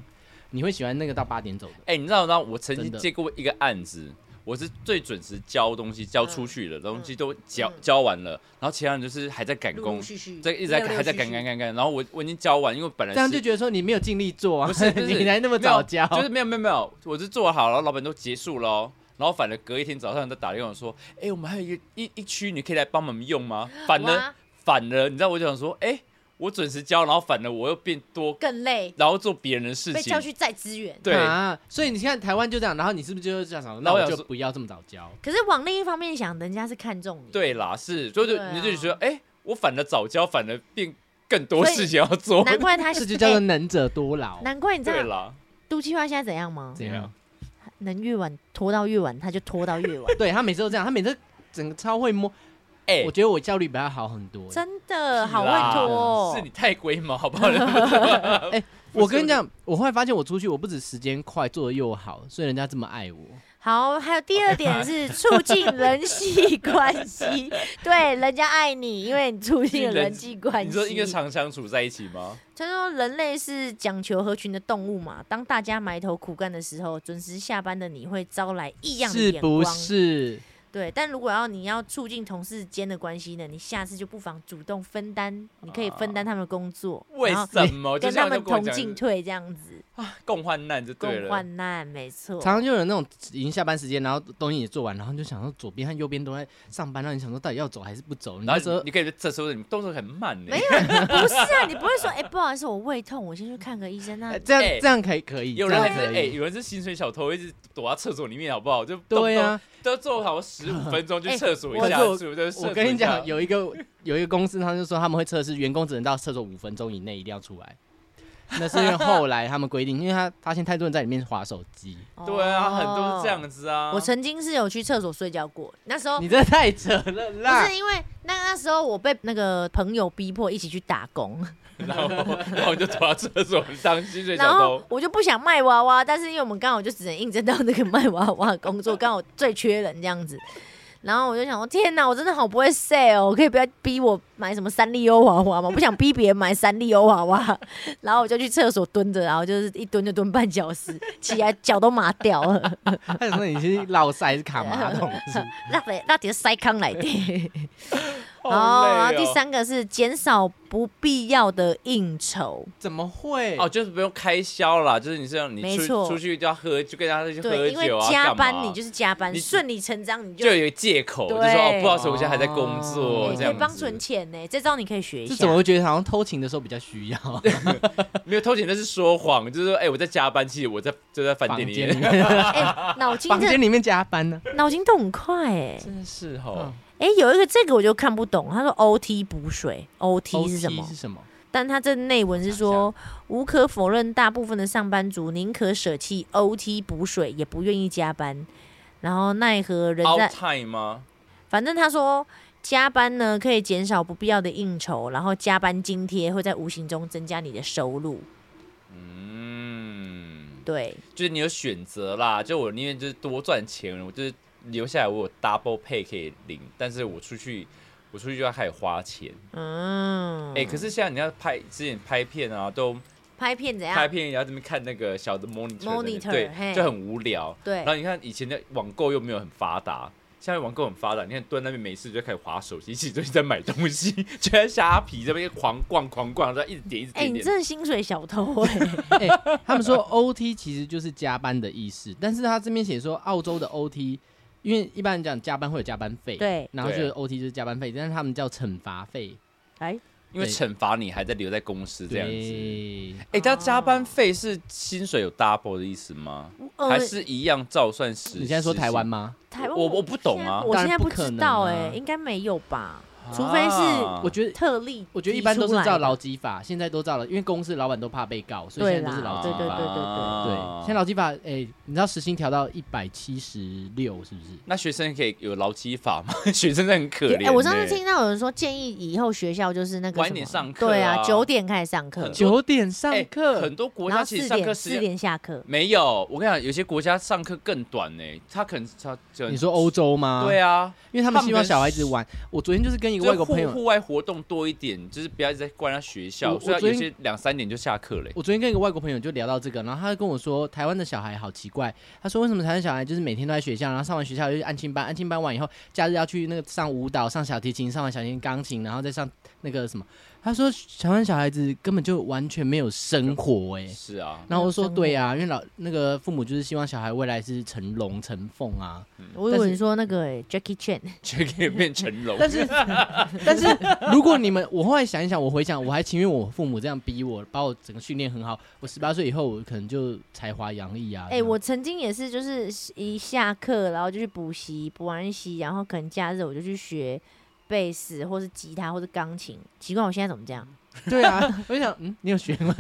S2: 你会喜欢那个到八点走的？
S3: 哎、你知道吗？我曾
S2: 真
S3: 经
S2: 的
S3: 接过一个案子，我是最准时交东西，交出去了，东西都交、
S1: 嗯
S3: 交完了，然后其他人就是还在赶
S1: 陆
S3: 工
S1: 陆，续续
S3: 在一直在
S1: 六六
S3: 还在
S1: 续
S3: 赶
S1: 续
S3: 赶赶赶，然后我我已经交完，因为本来。
S2: 这样就是觉得说你没有尽力做啊，
S3: 不是，不是
S2: 你来那么
S3: 没有
S2: 早交，
S3: 就是没有没有没有，我是做好了，老板都结束了哦、然后反而隔一天早上再打电话说，哎、我们还有一一一区，你可以来帮我们用吗？反而
S1: 哇
S3: 反而，你知道我就想说，哎、我准时交，然后反而我又变多，
S1: 更累，
S3: 然后做别人的事
S1: 被
S3: 情
S1: 叫，去再支援。
S3: 对，
S2: 啊，所以你看台湾就这样，然后你是不是就是这样想？那
S3: 我
S2: 我
S3: 想
S2: 就
S3: 说
S2: 不要这么早交。
S1: 可是往另一方面想，人家是看重你，，
S3: 对啦，是，所以就、
S1: 对啊
S3: 你就觉得，哎、我反而早交，反而变更多
S1: 所以
S3: 事情要做，
S1: 难怪他
S2: 这就叫做
S1: 哎
S2: 能者多劳。
S1: 难怪你知
S3: 对
S1: 道
S3: 啦，
S1: 杜七花现在怎样吗？
S2: 怎样？
S1: 能越晚拖到越晚，他就拖到越晚，
S2: 对他每次都这样，他每次整个超会摸，
S3: 哎、
S2: 我觉得我效率比他好很多。
S1: 真的
S3: 是
S1: 好会
S3: 啦
S1: 拖哦
S3: 是。你太龟毛，好不好？
S2: 我跟你讲，我后来发现我出去，我不止时间快，做的又好，所以人家这么爱我。
S1: 好，还有第二点是促进人际关 系，对，人家爱你，因为你促进了人际关系。
S3: 你说因为常相处在一起吗？
S1: 他说人类是讲求合群的动物嘛，当大家埋头苦干的时候，准时下班的你会招来异样的
S2: 是
S1: 眼
S2: 不
S1: 光。
S2: 是？
S1: 对，但如果要你要促进同事间的关系呢，你下次就不妨主动分担，你可以分担他们的工作，
S3: 啊为
S1: 然后
S3: 什么？就
S1: 跟
S3: 像
S1: 他
S3: 就
S1: 们
S3: 跟我
S1: 同
S3: 讲
S1: 进退这样子，
S3: 共患难就对
S1: 共
S3: 了。
S1: 患难，没 错。
S2: 常常就有那种已经下班时间，然后东西也做完，然后你就想说左边和右边都在上班，让你想说到底要走还是不走？你
S3: 然
S2: 那
S3: 后
S2: 时候
S3: 你你可以这时候你动作很慢呢、
S1: 没有，不是啊，你不会说，哎、不好意思，我胃痛，我先去看个医生啊
S2: 哎。这样、
S3: 哎
S2: 这样可以可以，
S3: 有
S2: 这
S3: 人
S2: 样
S3: 还是
S2: 可
S3: 哎、
S2: 以。
S3: 有人是薪水小偷，一直躲到厕所里面，好不好？就
S2: 对啊
S3: 呀、
S2: 呀、
S3: 都做好十五分钟 去
S1: 哎
S3: 厕所一
S2: 我
S3: 下，
S2: 我
S3: 是不是？
S2: 我跟你讲，有一个有一个公司，他就说他们会测试员工只能到厕所五分钟以内，一定要出来。那是因为后来他们规定，因为他发现太多人在里面划手机，
S3: 对啊，很多是
S1: 哦。
S3: 这样子啊。
S1: 我曾经是有去厕所睡觉过，那时候
S2: 你这太扯了
S1: 哦不
S2: 啦！
S1: 是因为那那时候我被那个朋友逼迫一起去打工，
S3: 然后然后我就躲到厕所当薪水
S1: 然
S3: 小
S1: 后
S3: 偷。
S1: 我就不想卖娃娃，但是因为我们刚好就只能应征到那个 卖娃娃的工作，刚好最缺人这样子。然后我就想说，天哪，我真的好不会 sell，可以哦不要逼我买什么三丽鸥娃娃吗？我不想逼别人买三丽鸥娃娃。 然后我就去厕所蹲着，然后就是一蹲就蹲半小时，起来脚都麻掉 了，
S2: 他想说你是老塞还是卡马桶是不是
S1: 那得那得塞康来的。哦，
S3: 好累
S1: 然后
S3: 哦
S1: 第三个是减少不必要的应酬，
S2: 怎么会？
S3: 哦，就是不用开销啦，就是你这样，你
S1: 没
S3: 出
S1: 错
S3: 出去就要喝，就跟大家去喝
S1: 对，因为
S3: 酒啊，
S1: 加
S3: 干嘛
S1: 班你就是加班，
S3: 你
S1: 顺理成章你
S3: 就
S1: 就
S3: 有一个借口，就
S1: 对
S3: 说哦，不好意思，我现在还在工
S2: 哦
S3: 作，
S1: 也哎可以
S3: 这样
S1: 帮
S3: 子
S1: 存钱呢，这招你可以学一
S2: 这怎么
S1: 下。
S2: 会觉得好像偷情的时候比较需要？
S3: 没有偷钱，那是说谎，就是说，哎、我在加班，其实我在就在 饭
S2: 房
S3: 店
S2: 间
S3: 里
S2: 里
S3: 面，
S2: 面，
S1: 哎，脑筋
S2: 房
S1: 这
S2: 间里面加班呢？
S1: 脑筋动很快哎
S3: 真的是
S2: 嗯
S3: 哦，
S1: 哎，有一个这个我就看不懂，他说 OT 补水，OT 是什
S2: OT
S1: 么
S2: 是？什么？
S1: 但他这内文是说，无可否认，大部分的上班族宁可舍弃 OT 补水，也不愿意加班。然后奈何人
S3: o u
S1: 在
S3: t time 吗？
S1: 反正他说加班呢可以减少不必要的应酬，然后加班津贴会在无形中增加你的收入。
S3: 嗯，
S1: 对，
S3: 就是你有选择啦，就我宁愿就是多赚钱，我就是留下来，我有 double pay 可以领，但是我出去，我出去就要开始花钱。
S1: 嗯，
S3: 哎、可是现在你要拍之前拍片啊，都
S1: 拍片怎
S3: 拍
S1: 样？
S3: 片也要这边看那个小的 monitor，在那边
S1: 哎 Monitor，嘿
S3: 对，就很无聊。
S1: 对
S3: 然，后你看以前的网购又没有很发达，现在网购很发达，你看蹲那边没事就开始划手机，其实就是在买东西， 就在虾皮这边狂逛狂逛，然后一直点一直
S1: 哎、
S3: 点
S1: 你
S3: 点。
S1: 真的薪水小偷哎、
S2: 哎、他们说 OT 其实就是加班的意思，但是他这边写说澳洲的 OT，因为一般人讲加班会有加班费，
S1: 对
S2: 然后就
S3: 对
S2: 是 OT 就是加班费，但是他们叫惩罚费，
S1: 哎，
S3: 因为
S2: 对
S3: 惩罚你还在留在公司这样子。
S2: 对，
S3: 哎，但加班
S2: 哦
S3: 费是薪水有 double 的意思吗？
S1: 呃
S3: 还是一样照算时？
S2: 你现在说台湾
S3: 时薪？
S2: 吗？
S1: 台湾
S3: 我我不懂啊
S1: 现在我现在
S2: 当然不
S1: 不
S2: 可
S1: 知
S2: 能
S1: 道
S2: 啊
S1: 哎、应该没有吧？
S3: 啊
S1: 除非是
S2: 我觉得。
S1: 特例，
S2: 我觉得一般都是照
S1: 造
S2: 劳基法，现在都照了，因为公司老板都怕被告，所以
S1: 对
S2: 现在都
S1: 啦
S2: 是劳基
S1: 对对
S2: 法。
S1: 对对
S3: 啊
S2: 对，现在劳基法，哎、你知道时薪调到一百七十六是不是？
S3: 那学生可以有劳基法吗？ 学生真的很可
S1: 哎、
S3: 怜欸。
S1: 我上次听到有人说建议以后学校就是那个
S3: 晚
S1: 什么
S3: 点上课
S1: 对啊，
S3: 啊
S1: 九点开始上课
S3: 很，
S2: 九点上
S3: 哎
S2: 课，
S3: 很多国
S1: 然
S3: 家
S1: 后
S3: 其实
S1: 四
S3: 上课
S1: 点
S3: 时
S1: 四
S3: 间嗯
S1: 点下课，
S3: 没有，我跟你讲，有些国家上课更短呢，他可能他就
S2: 你说欧洲吗？
S3: 对
S2: 啊，
S3: 啊，
S2: 因为他们
S3: 他们
S2: 希
S3: 可
S2: 望
S3: 能
S2: 小孩子玩。我昨天就是跟一个外
S3: 就是
S2: 国
S3: 户
S2: 朋友，
S3: 户外活动多一点，就是不要一直在关在学校，
S2: 我
S3: 所以
S2: 我
S3: 有
S2: 昨
S3: 些两三点就下课嘞。
S2: 我昨天跟一个外国朋友就聊到这个，然后他就跟我说，台湾的小孩好奇怪。他说为什么台湾小孩就是每天都在学校，然后上完学校就去安亲班，安亲班完以后，假日要去那个上舞蹈、上小提琴，上完小提琴钢琴，然后再上那个什么？他说台湾小孩子根本就完全没有生活哎、
S3: 是啊，
S2: 然后我就说
S1: 生活
S2: 对啊，因为老那个父母就是希望小孩未来是成龙成凤啊，
S1: 我以为你说那个、欸、Jackie Chan，
S3: 就可以变成龙。
S2: 但是，但是，如果你们，我后来想一想，我回想，我还情愿我父母这样逼我，把我整个训练很好。我十八岁以后，我可能就才华洋溢啊。
S1: 哎、我曾经也是，就是一下课然后就去补习，补完习，然后可能假日我就去学贝斯或是吉他或是钢琴。奇怪，我现在怎么这样？
S2: 对啊，我就想，嗯，你有 学吗？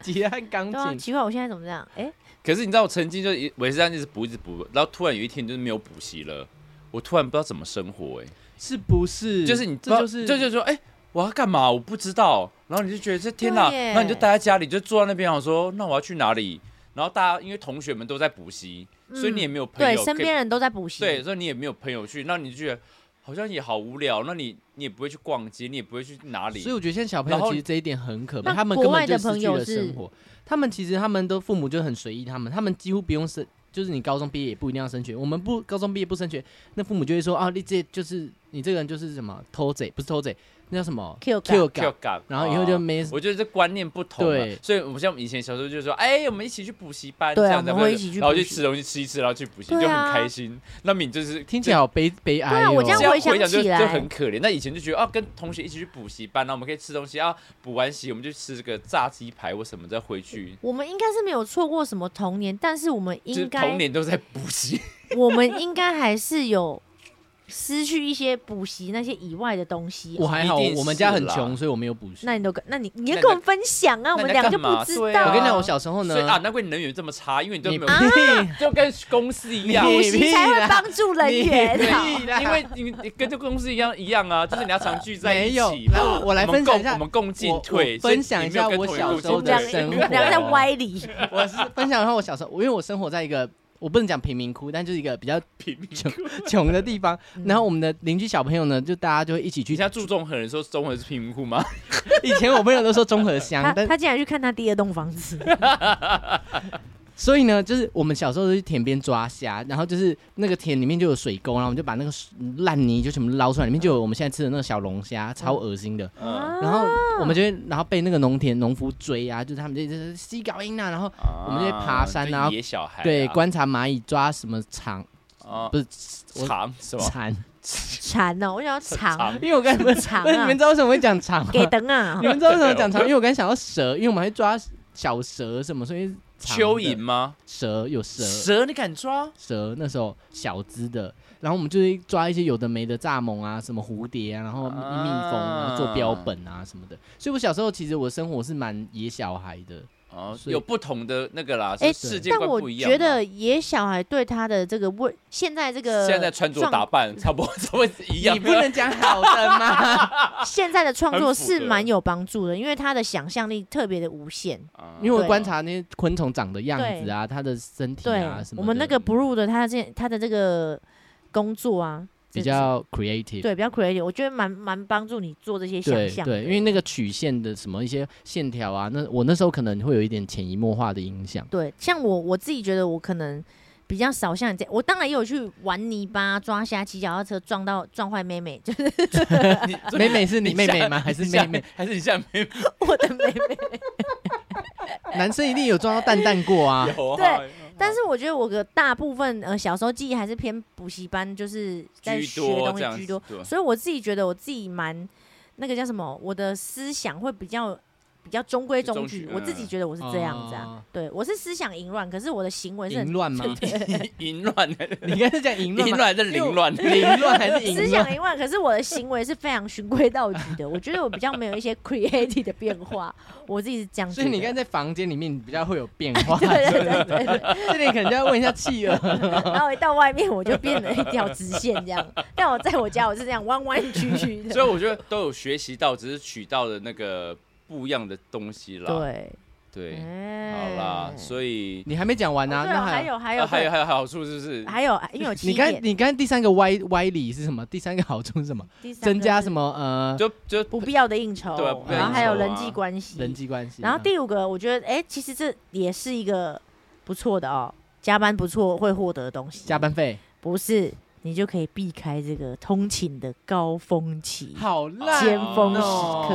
S2: 吉他、钢
S1: 对啊，
S2: 琴，
S1: 奇怪，我现在怎么这样？哎、
S3: 可是你知道，我曾经就一我也是这样一直补一直补，然后突然有一天就是没有补习了，我突然不知道怎么生活、欸，哎，
S2: 是不是？
S3: 就是你不知
S2: 这
S3: 道
S2: 就是
S3: 就就说，哎、我要干嘛？我不知道。然后你就觉得这天哪，
S1: 对耶
S3: 然后你就待在家里，就坐在那边，我说那我要去哪里？然后大家因为同学们都在补习，所以你也没有朋
S1: 嗯对，
S3: 友，
S1: 身边人都在补习，
S3: 对，所以你也没有朋友去，那你就觉得好像也好无聊，那你你也不会去逛街，你也不会去哪里
S2: 所以，我觉得现在小朋友
S3: 然后
S2: 其实这一点很可怕，
S1: 那
S2: 他们
S1: 国
S2: 根
S1: 外
S2: 本就
S1: 的
S2: 失
S1: 朋
S2: 去
S1: 友
S2: 了
S1: 是
S2: 生活。他们其实他们都父母就很随意，他们他们几乎不用升，就是你高中毕业也不一定要升学。我们不高中毕业不升学，那父母就会说啊，你这就是你这个人就是什么偷贼，不是偷贼，那叫什么
S1: Q 感
S2: Q 感，
S3: 跳感，
S2: 然后以后就
S3: 啊
S2: 没
S3: 我觉得这观念不同、啊，
S2: 对
S3: 所以我们像我们以前小时候就说，哎、我们一起去补习班，
S1: 对啊
S3: 这样子
S1: 我们会一起去
S3: 然后
S1: 补
S3: 去
S1: 习
S3: 吃东西吃一吃，然后去补习、
S1: 对
S3: 就
S1: 啊
S3: 很开心。那么你就是
S2: 听起来好悲悲哀、哦。
S1: 对啊我这样
S3: 这样
S1: 回想
S3: 想就
S1: 起来
S3: 就很可怜。那以前就觉得啊，跟同学一起去补习班，然后我们可以吃东西啊，补完习我们就吃这个炸鸡排或什么再回去，
S1: 我们应该是没有错过什么童年，但是我们
S3: 就是
S1: 应
S3: 童
S1: 该，
S3: 年都在补习。
S1: 我们应该还是有失去一些补习那些以外的东西。啊
S2: 我还好，
S3: 一定是
S2: 我们家很
S3: 啦
S2: 穷，所以我没有补习。
S1: 那你都跟，那你你
S3: 那
S1: 要
S3: 你
S1: 跟我们分享啊，我
S3: 那
S1: 们
S3: 你在
S1: 两个就
S3: 干嘛
S1: 不知
S3: 对啊
S1: 道。
S2: 我跟你讲，我小时候呢
S3: 所以，啊，难怪你能源这么差，因为你都没
S2: 你
S3: 有，
S1: 啊
S2: 屁
S3: 就跟公司一样。
S2: 你
S1: 补习才会帮助人员
S2: 你
S1: 啊。
S2: 屁啦
S3: 因为你你跟这个公司一样一样啊，就是你要常聚在一
S2: 呃没
S3: 起。
S2: 有来我我来
S3: 们
S2: 分享
S3: 共
S2: 一下
S3: 我们共进
S2: 我
S3: 退，
S2: 我
S3: 所以
S2: 分享
S3: 你
S2: 一
S3: 没有
S2: 下
S3: 跟
S2: 我
S3: 同一
S2: 小
S3: 路
S2: 时候
S3: 进
S2: 的
S3: 退
S2: 生
S1: 我
S2: 活
S1: 们两个在
S3: 啊
S1: 歪理，
S2: 我是分享一下我小时候，因为我生活在一个我不能讲贫民窟，但就是一个比较
S3: 平民。
S2: 穷穷的地方。
S1: 嗯
S2: 然后我们的邻居小朋友呢，就大家就会一起
S3: 你
S2: 去
S3: 现。在注重很人说综合是贫民窟吗？
S2: 以前我朋友都说综合
S1: 他
S2: 乡，但
S1: 他竟然去看他第二栋房子，
S2: 所以呢，就是我们小时候都去田边抓虾，然后就是那个田里面就有水沟，然后我们就把那个水烂泥就全部捞出来，里面就有我们现在吃的那个小龙虾，超恶心的。
S3: 嗯，
S2: 然后
S1: 啊
S2: 我们就会，然后被那个农田农夫追啊，就是他们就就是吸搞音啊，然后我们就去爬山
S3: 就
S2: 然后
S3: 野小嗯孩啊
S2: 对观察蚂蚁抓什么长
S3: 啊
S2: 不是我
S3: 长什么
S2: 蝉，
S1: 馋哦，我想要尝
S3: 长
S2: 因为我跟 你们，
S1: 长
S2: 不是你
S1: 啊
S2: 们知，道为什么会讲长吗？
S1: 给灯啊
S2: 你，们知道为什么讲长？因为我刚才想到蛇，因为我们还抓小蛇什么，所以长的
S3: 蚯蚓吗？
S2: 蛇有蛇
S3: 蛇你敢抓？
S2: 蛇那时候小只的，然后我们就是抓一些有的没的蚱蜢啊，什么蝴蝶啊，然后蜜蜂啊
S3: 啊
S2: 做标本啊什么的。所以我小时候其实我生活是蛮野小孩的，
S3: 哦，
S2: 所以
S3: 有不同的那个啦，
S1: 哎
S3: 是世界
S1: 但
S3: 观
S1: 我
S3: 不一样嘛。
S1: 觉得野小孩对他的这个问，现在这个
S3: 现在穿着打
S1: 状
S3: 扮差不多，怎么一样
S2: 你？不能讲好的 吗？
S1: 现在的创作
S3: 很符合
S1: 是蛮有帮助的，因为他的想象力特别的无限。
S3: 啊
S2: 因为我观察那些昆虫长的样子啊，它的身体
S1: 对，
S2: 啊什么
S1: 我
S2: 的，
S1: 们那个 Blue 的他这他的这个工作啊，
S2: 比较 creative。
S1: 对比较 creative，我觉得蛮蛮帮助你做这些想
S2: 对
S1: 象的。
S2: 对，因为那个曲线的什么一些线条啊，那我那时候可能会有一点潜移默化的影响。
S1: 对，像我我自己觉得我可能比较少像你这样，我当然也有去玩泥巴、抓虾、骑脚踏车撞到撞坏妹妹，就是
S3: 你
S2: 美美是 你妹妹吗？
S3: 下
S2: 还是
S3: 你
S2: 妹
S3: 下
S2: 妹？
S3: 还 是你下妹妹？
S1: 我的妹妹。
S2: 男生一定有撞到蛋蛋过啊。
S3: 有啊
S1: 对，但是我觉得我的大部分呃小时候记忆还是偏补习班，就是在
S3: 居
S1: 学
S3: 多
S1: 东
S3: 这样
S1: 西居多
S3: 子，，对
S1: 所以我自己觉得我自己蛮那个叫什么，我的思想会比较比较中规中
S3: 中
S1: 矩
S3: 矩，嗯
S1: 我自己觉得我是这样子啊。
S2: 哦
S1: 对，我是思想淫乱，可是我的行为是
S2: 淫
S1: 很
S2: 乱吗？
S3: 淫乱的，
S2: 你应该是讲淫乱
S3: 淫
S2: 吗，
S3: 乱的凌乱，
S2: 凌乱还是
S1: 思
S2: 淫
S1: 想
S2: 乱？
S1: 淫乱，可是我的行为是非常循规蹈矩的。我觉得我比较没有一些 creative 的变化，我自己是这样觉
S2: 所
S1: 得。
S2: 以你应该在房间里面比较会有变化，
S1: 对对 对对对，
S2: 这点可能就要问一下企鹅。
S1: 然后一到外面我就变了一条直线这样，但我在我家我是这样弯弯曲曲
S3: 所
S1: 的。
S3: 以我觉得都有学习到，只是取到的那个不一样的东西啦。
S1: 对，
S3: 对，好
S1: 哎
S3: 啦，所以
S2: 你还没讲完呢、
S1: 哦
S2: 啊，
S1: 对
S2: 那
S1: 啊还有还有
S3: 啊还有还有好处是不是？
S1: 还有，因为有七
S2: 你刚
S1: 点，
S2: 你刚第三个歪歪理是什么？第三个好处是什么？
S1: 第三个
S2: 增加
S1: 是
S2: 什么呃
S3: 就就
S1: 不必要的应酬，
S3: 对啊不
S2: 必要
S1: 然后还有
S3: 应酬啊
S1: 人际关系，
S2: 人际关系？啊
S1: 然后第五个，我觉得哎、其实这也是一个不错的哦，加班不错会获得的东西，
S2: 加班费，
S1: 不是你就可以避开这个通勤的高峰期，
S2: 好烂
S1: 尖峰时刻
S2: 哦！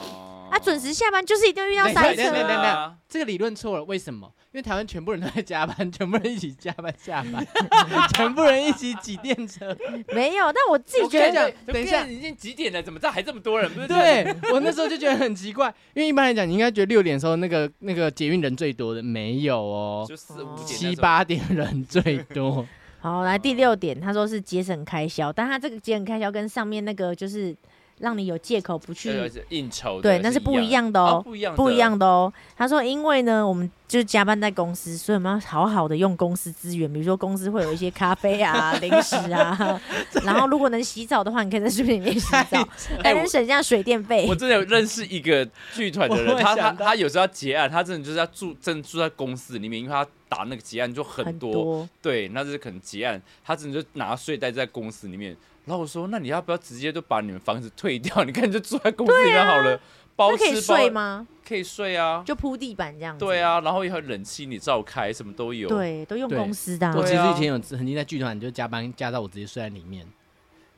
S3: 刻
S1: 啊，准时下班就是一定会遇到
S2: 等一下
S1: 塞
S2: 等一下
S1: 车
S2: 等
S1: 啊。
S2: 一下等一
S3: 啊
S2: 下，这个理论错了，为什么？因为台湾全部人都在加班，全部人一起加班下班， 全部人一起挤电 车。
S1: 没有，但我自己觉得
S2: 我跟你讲等一下
S3: 已经几点了？怎么这还这么多人？不是，
S2: 对我那时候就觉得很奇怪，因为一般来讲，你应该觉得六点的时候那个那个捷运人最多的，没有哦，
S3: 就四五点那呃种
S2: 七，八点人最多。
S1: 好，来第六点，他说是节省开销，但他这个节省开销跟上面那个就是让你有借口不去，
S3: 对对应酬的
S1: 对，那是不一样的
S3: 啊
S1: 哦。
S3: 不一样的，
S1: 不一样的哦，他说，因为呢，我们就是加班在公司，所以我们要好好的用公司资源，比如说公司会有一些咖啡啊、零食啊，然后如果能洗澡的话，你可以在水里面洗澡，还能省下水电费
S3: 我。真的有认识一个剧团的人，
S2: 我
S3: 他
S2: 想
S3: 他
S2: 到
S3: 他有时候要结案，他真的就是要住，真的住在公司里面，因为他打那个结案就很多，
S1: 多，
S3: 对，那就是可能结案，他真的就拿睡袋在公司里面。然后我说，那你要不要直接就把你们房子退掉？你看你就住在公司里面好了，包
S1: 那可
S3: 吃
S1: 以
S3: 包
S1: 睡？吗？
S3: 可以睡啊，
S1: 就铺地板这样子。
S3: 对，啊，然后也有冷气你照开，什么都有。
S1: 对，都用
S2: 对
S1: 公司的啊、
S2: 我其实
S3: 对啊
S2: 以前有曾经在剧团就加班加到我直接睡在里面，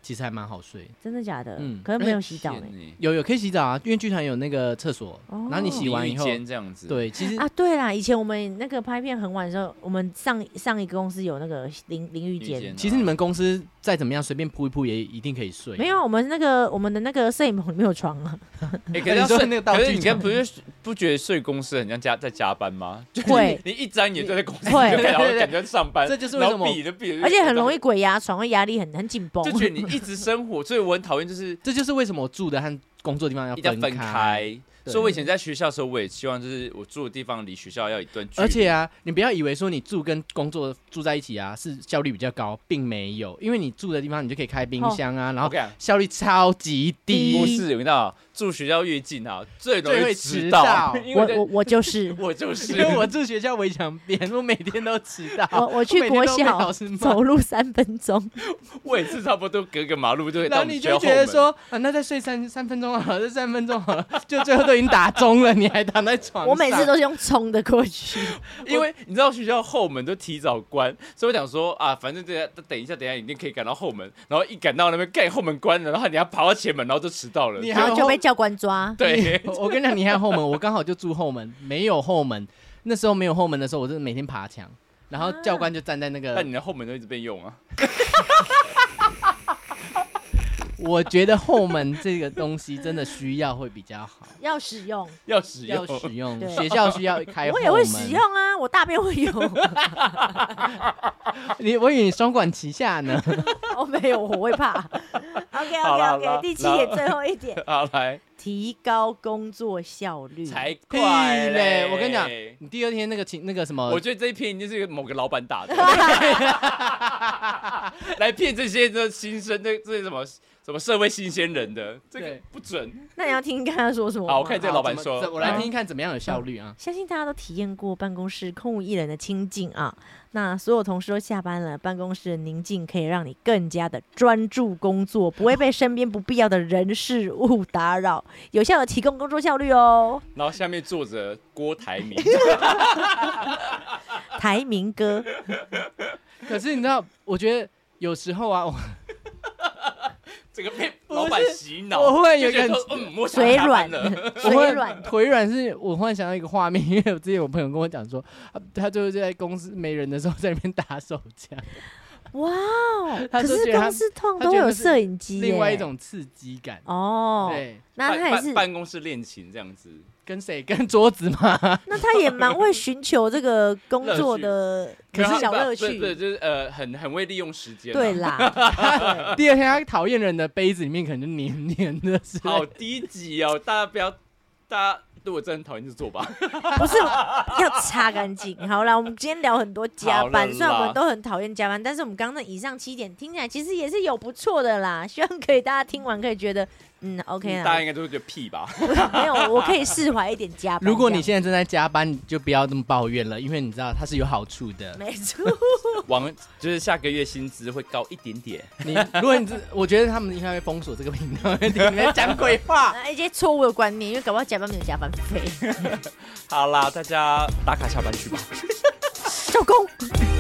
S2: 其实还蛮好睡。
S1: 真的假的？
S2: 嗯
S1: 可是没有洗澡
S3: 天
S1: 呢、
S3: 欸，
S2: 有有可以洗澡啊，因为剧团有那个厕所，
S1: 哦
S2: 然后你洗完
S3: 淋
S2: 以
S3: 浴
S2: 后，
S3: 间这样子，，
S2: 对，其实
S1: 啊，对啦，以前我们那个拍片很晚的时候，我们上上一个公司有那个淋淋浴
S3: 淋浴
S1: 间
S3: 间，
S2: 其实你们公司再怎么样随便铺一铺也一定可以睡。啊
S1: 没有，我们那个我们的那个摄影棚里面有床啊，
S3: 哎、可是要
S2: 你说
S3: 睡
S2: 那个道具
S3: 可是你刚不是不觉得睡公司很像加在加班吗？ 就是
S1: 会
S3: 你一睁眼就在公司，
S1: 会
S3: 然后
S2: 对对对
S3: 感觉上班，
S2: 这就是为
S3: 然
S2: 什
S3: 后
S2: 么
S3: 比着比着，
S1: 而且很容易鬼压床，会压力很很紧绷。
S3: 就觉得你一直生活，所以我很讨厌就是
S2: 这就是为什么我住的和工作地方要
S3: 一定要分
S2: 分
S3: 开。
S2: 对
S3: 所以我以前在学校的时候，我也希望就是我住的地方离学校要有一段距离，
S2: 而且啊，你不要以为说你住跟工作住在一起啊是效率比较高，并没有，因为你住的地方你就可以开冰箱啊，然
S3: 我
S2: 后
S3: 跟你讲。
S2: 效率超级低。
S3: 哦不是，我跟你讲，住学校越近啊，最容
S2: 最
S3: 易
S2: 会
S3: 迟
S2: 迟
S3: 到
S2: 到。
S3: 因为
S1: 我
S3: 在
S1: 我我就是
S3: 我就
S2: 因
S3: 是
S2: 为我住学校围墙边，我每天都迟到。
S1: 我我哦去
S2: 每天
S1: 国
S2: 都被
S1: 小
S2: 老师骂
S1: 走路三分钟，
S3: 我也是差不多隔个马路就会
S2: 然
S3: 到
S2: 后你
S3: 学
S2: 就
S3: 校
S2: 觉得
S3: 后门，
S2: 说啊，那再睡三三分钟好了，这三分钟好了，就最后都已经打钟了，你还躺在床上。
S1: 我每次都是用冲的过去。
S3: 因为你知道学校后门都提早关，所以我想说啊，反正等一下等一下等一下一定可以赶到后门，然后一赶到那边盖后门关了，然后你要爬到前门，然后就迟到了。
S2: 你
S1: 然
S2: 还
S1: 后就被教官抓。
S3: 对，
S2: 我我跟你讲，你还有后门，我刚好就住后门，没有后门。那时候没有后门的时候，我真的每天爬墙，然后教官就站在那个，
S3: 啊但你的后门都一直被用啊。
S2: 我觉得后门这个东西真的需要会比较好，
S1: 要使用，
S3: 要使
S2: 要
S3: 用，
S2: 使用
S1: 对
S2: 学校需要开
S1: 我
S2: 后门。
S1: 也会使用啊，我大便会有，
S2: 你，我以为你双管齐下呢。
S1: 我哦没有，我会怕。OK
S3: 好
S1: OK
S3: 啦好啦
S1: OK，第七点最后一点，
S3: 好来
S1: 提高工作效率。
S3: 才
S2: 屁
S3: 怪
S2: 嗯嘞！我跟你讲，你第二天那个情那个什么，
S3: 嗯 我觉得这一篇一定是某个老板打的， 来骗这些这新生这这些什么什么社会新鲜人的，这个
S2: 对
S3: 不准。
S1: 那你要听看他说什么吗？
S3: 好我看这个
S2: 好
S3: 老板
S2: 啊怎么
S3: 说嗯
S2: 怎我来
S1: 好
S2: 听听看怎么样有效率啊。
S1: 相信大家都体验过办公室空无一人的清静啊。那所有同事都下班了，办公室的宁静可以让你更加的专注工作，不会被身边不必要的人事物打扰，有效的提供工作效率哦。
S3: 然后下面坐着郭 台铭，
S1: 台明哥，
S2: 可是你知道，我觉得有时候啊，我
S3: 这个被
S2: 是
S3: 老板洗 脑，
S2: 我忽然有
S3: 就
S2: 一个很
S3: 觉得说嗯，我想
S1: 嘴
S3: 下班
S1: 软
S3: 了。，
S2: 我
S1: 嘴
S2: 会
S1: 软。
S2: 腿软是我忽然想到一个画面，因为我之前我朋友跟我讲说，他他就是在公司没人的时候在那边打手 枪，
S1: 哇哦！
S2: 他
S1: 可
S2: 就是觉得他
S1: 公司通常
S2: 他
S1: 都会
S2: 觉得
S1: 有
S2: 那是
S1: 摄影机耶，
S2: 另外一种刺激感。
S1: 哦。
S2: 对，
S1: 那他也
S3: 办
S1: 是
S3: 办，办公室恋情这样子，
S2: 跟谁？跟桌子吗？
S1: 那他也蛮会寻求这个工
S3: 乐
S1: 作
S3: 趣
S1: 的
S2: 可是
S1: 小乐
S3: 对对，
S1: 趣。
S3: 就是呃，很很会利用时间啊，
S1: 对啦，
S2: 第二天他讨厌人的杯子里面可能就黏黏的是。
S3: 好低级哦，大家不要，大家如果真的很讨厌就 做吧。
S1: 不是 要擦干净。好啦，我们今天聊很多加
S3: 好了
S1: 班，
S3: 啦
S1: 虽然我们都很讨厌加班，但是我们刚刚的以上七点听起来其实也是有不错的啦。希望可以大家听完可以觉得，嗯，OK
S3: 大家
S1: 啦，
S3: 应该都会觉得屁吧？
S1: 没有，我可以释怀一点加班。
S2: 如果你
S1: 这
S2: 现在正在加班，你就不要这么抱怨了，因为你知道它是有好处的
S1: 样。没错，
S3: 往就是下个月薪资会高一点点。
S2: 你如果你这，我觉得他们应该会封锁这个频道，因为你在讲鬼话。
S1: 那一些错误的观念，因为搞不好加班没有加班费。
S3: 好啦，大家打卡下班去吧。
S1: 小公。